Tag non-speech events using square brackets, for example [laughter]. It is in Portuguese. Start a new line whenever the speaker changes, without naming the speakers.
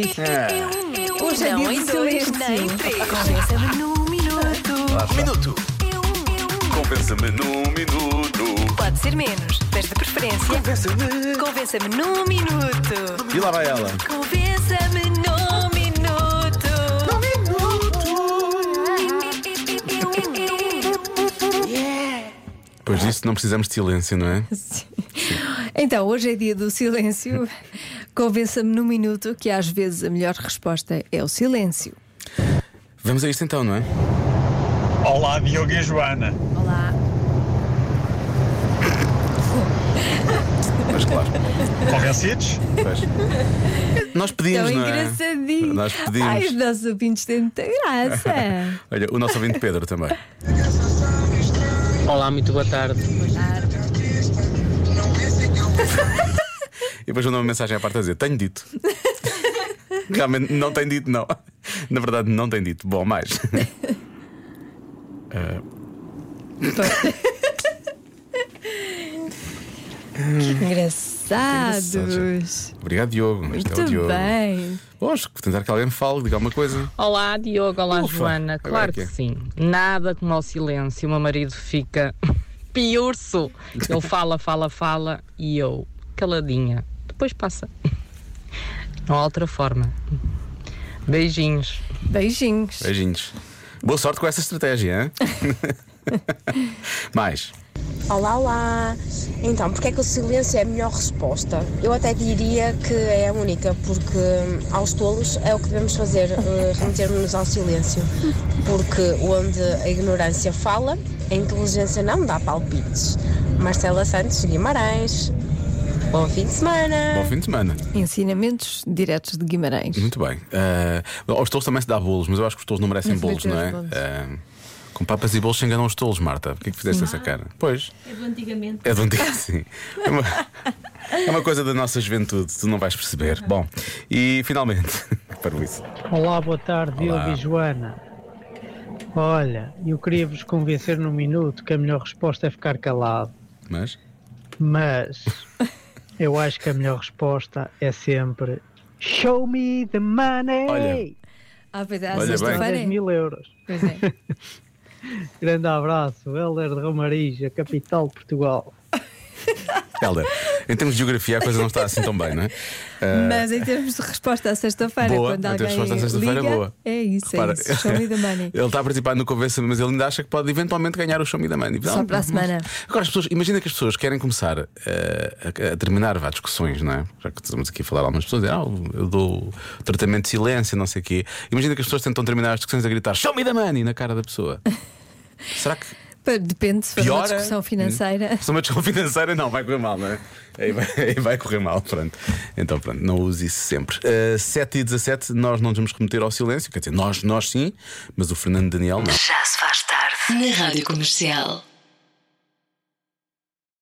Eu, eu,
Hoje é
não
dia
em
de
dois,
silêncio.
nem em três. Convença-me num minuto.
Um minuto.
Eu, eu.
Compensa-me num minuto.
Pode ser menos, mas de preferência.
Compensa-me.
Convença-me num minuto.
E lá vai ela.
Convença-me num minuto. Num minuto.
Depois disso não precisamos de silêncio, não é?
Então, hoje é dia do silêncio. Convença-me num minuto que às vezes a melhor resposta é o silêncio.
Vamos a isto então, não é?
Olá, Diogo e Joana.
Olá.
Mas claro,
Convencidos?
pois. Nós
Tão
pedimos, não é?
engraçadinho.
Nós pedimos.
Ai, os nossos ouvintes têm muita
[laughs]
graça.
Olha, o nosso ouvinte Pedro também.
Olá, muito boa tarde.
E depois mandou uma mensagem à parte a dizer: Tenho dito. Realmente não tem dito, não. Na verdade, não tem dito. Bom, mais.
Ah, Engraçados.
Obrigado, Diogo. Este é o
Muito
Diogo.
bem.
Hoje, vou tentar que alguém me fale, diga alguma coisa.
Olá, Diogo. Olá,
Ufa,
Joana.
agora
Claro
é que
que,
é.
sim. Nada como ao silêncio. O meu marido fica [laughs] piurso. Ele fala, fala, fala e eu caladinha. Depois passa. Não há outra forma. Beijinhos.
Beijinhos.
Beijinhos. Boa sorte com essa estratégia, hein? [laughs] mais.
Olá, olá! Então, porque é que o silêncio é a melhor resposta? Eu até diria que é a única, porque hum, aos tolos é o que devemos fazer, hum, remeter-nos ao silêncio. Porque onde a ignorância fala, a inteligência não dá palpites. Marcela Santos Guimarães, bom fim de semana!
Bom fim de semana.
Ensinamentos diretos de Guimarães.
Muito bem. Ah, aos tolos também se dá bolos, mas eu acho que os tolos não merecem
Não se
bolos,
metem
não é?
os bolos.
Ah, com papas e bolos se enganam os tolos, Marta. O que é que fizeste essa cara? Pois.
É do antigamente.
É de um dia, [laughs] sim. É uma, é uma coisa da nossa juventude, tu não vais perceber.
Uhum.
Bom, e finalmente, [laughs] para isso.
Olá, boa tarde, Diogo e Joana. Olha, eu queria vos convencer num minuto que a melhor resposta é ficar calado,
Mas. [laughs]
mas eu acho que a melhor resposta é sempre Show me the money!
Olha,
Ah, pois é, à
Olha bem.
sexta-feira.
10
é.
mil euros.
Pois é.
Grande abraço, Helder de Romariz, a capital de Portugal.
Helder, em termos de geografia a coisa não está assim tão bem, não é? Ah,
Mas em termos de resposta à sexta-feira,
Boa,
quando
em termos de
alguém
resposta à sexta-feira,
liga,
boa.
é isso,
repara,
é isso. Show me the money.
[laughs] Ele está a participar no conversa, mas ele ainda acha que pode eventualmente ganhar o show me da money.
Só para a semana.
Agora, as pessoas, imagina que as pessoas querem começar eh, a, a terminar vá, discussões, não é? Já que estamos aqui a falar, algumas pessoas dizem, ah, eu dou tratamento de silêncio, não sei o quê. Imagina que as pessoas tentam terminar as discussões a gritar show me the money na cara da
[laughs]
pessoa. Será que
Pa- Depende se for uma
piora?
discussão financeira.
Hum? Se é uma discussão financeira, não, vai correr mal, não é? Aí vai, aí vai correr mal, pronto. Então, pronto, não use isso sempre. Eh, 7 e 17, nós não nos vamos remeter ao silêncio, quer dizer, nós, nós sim, mas o Fernando Daniel não.
Já se faz tarde.
Na Rádio Comercial.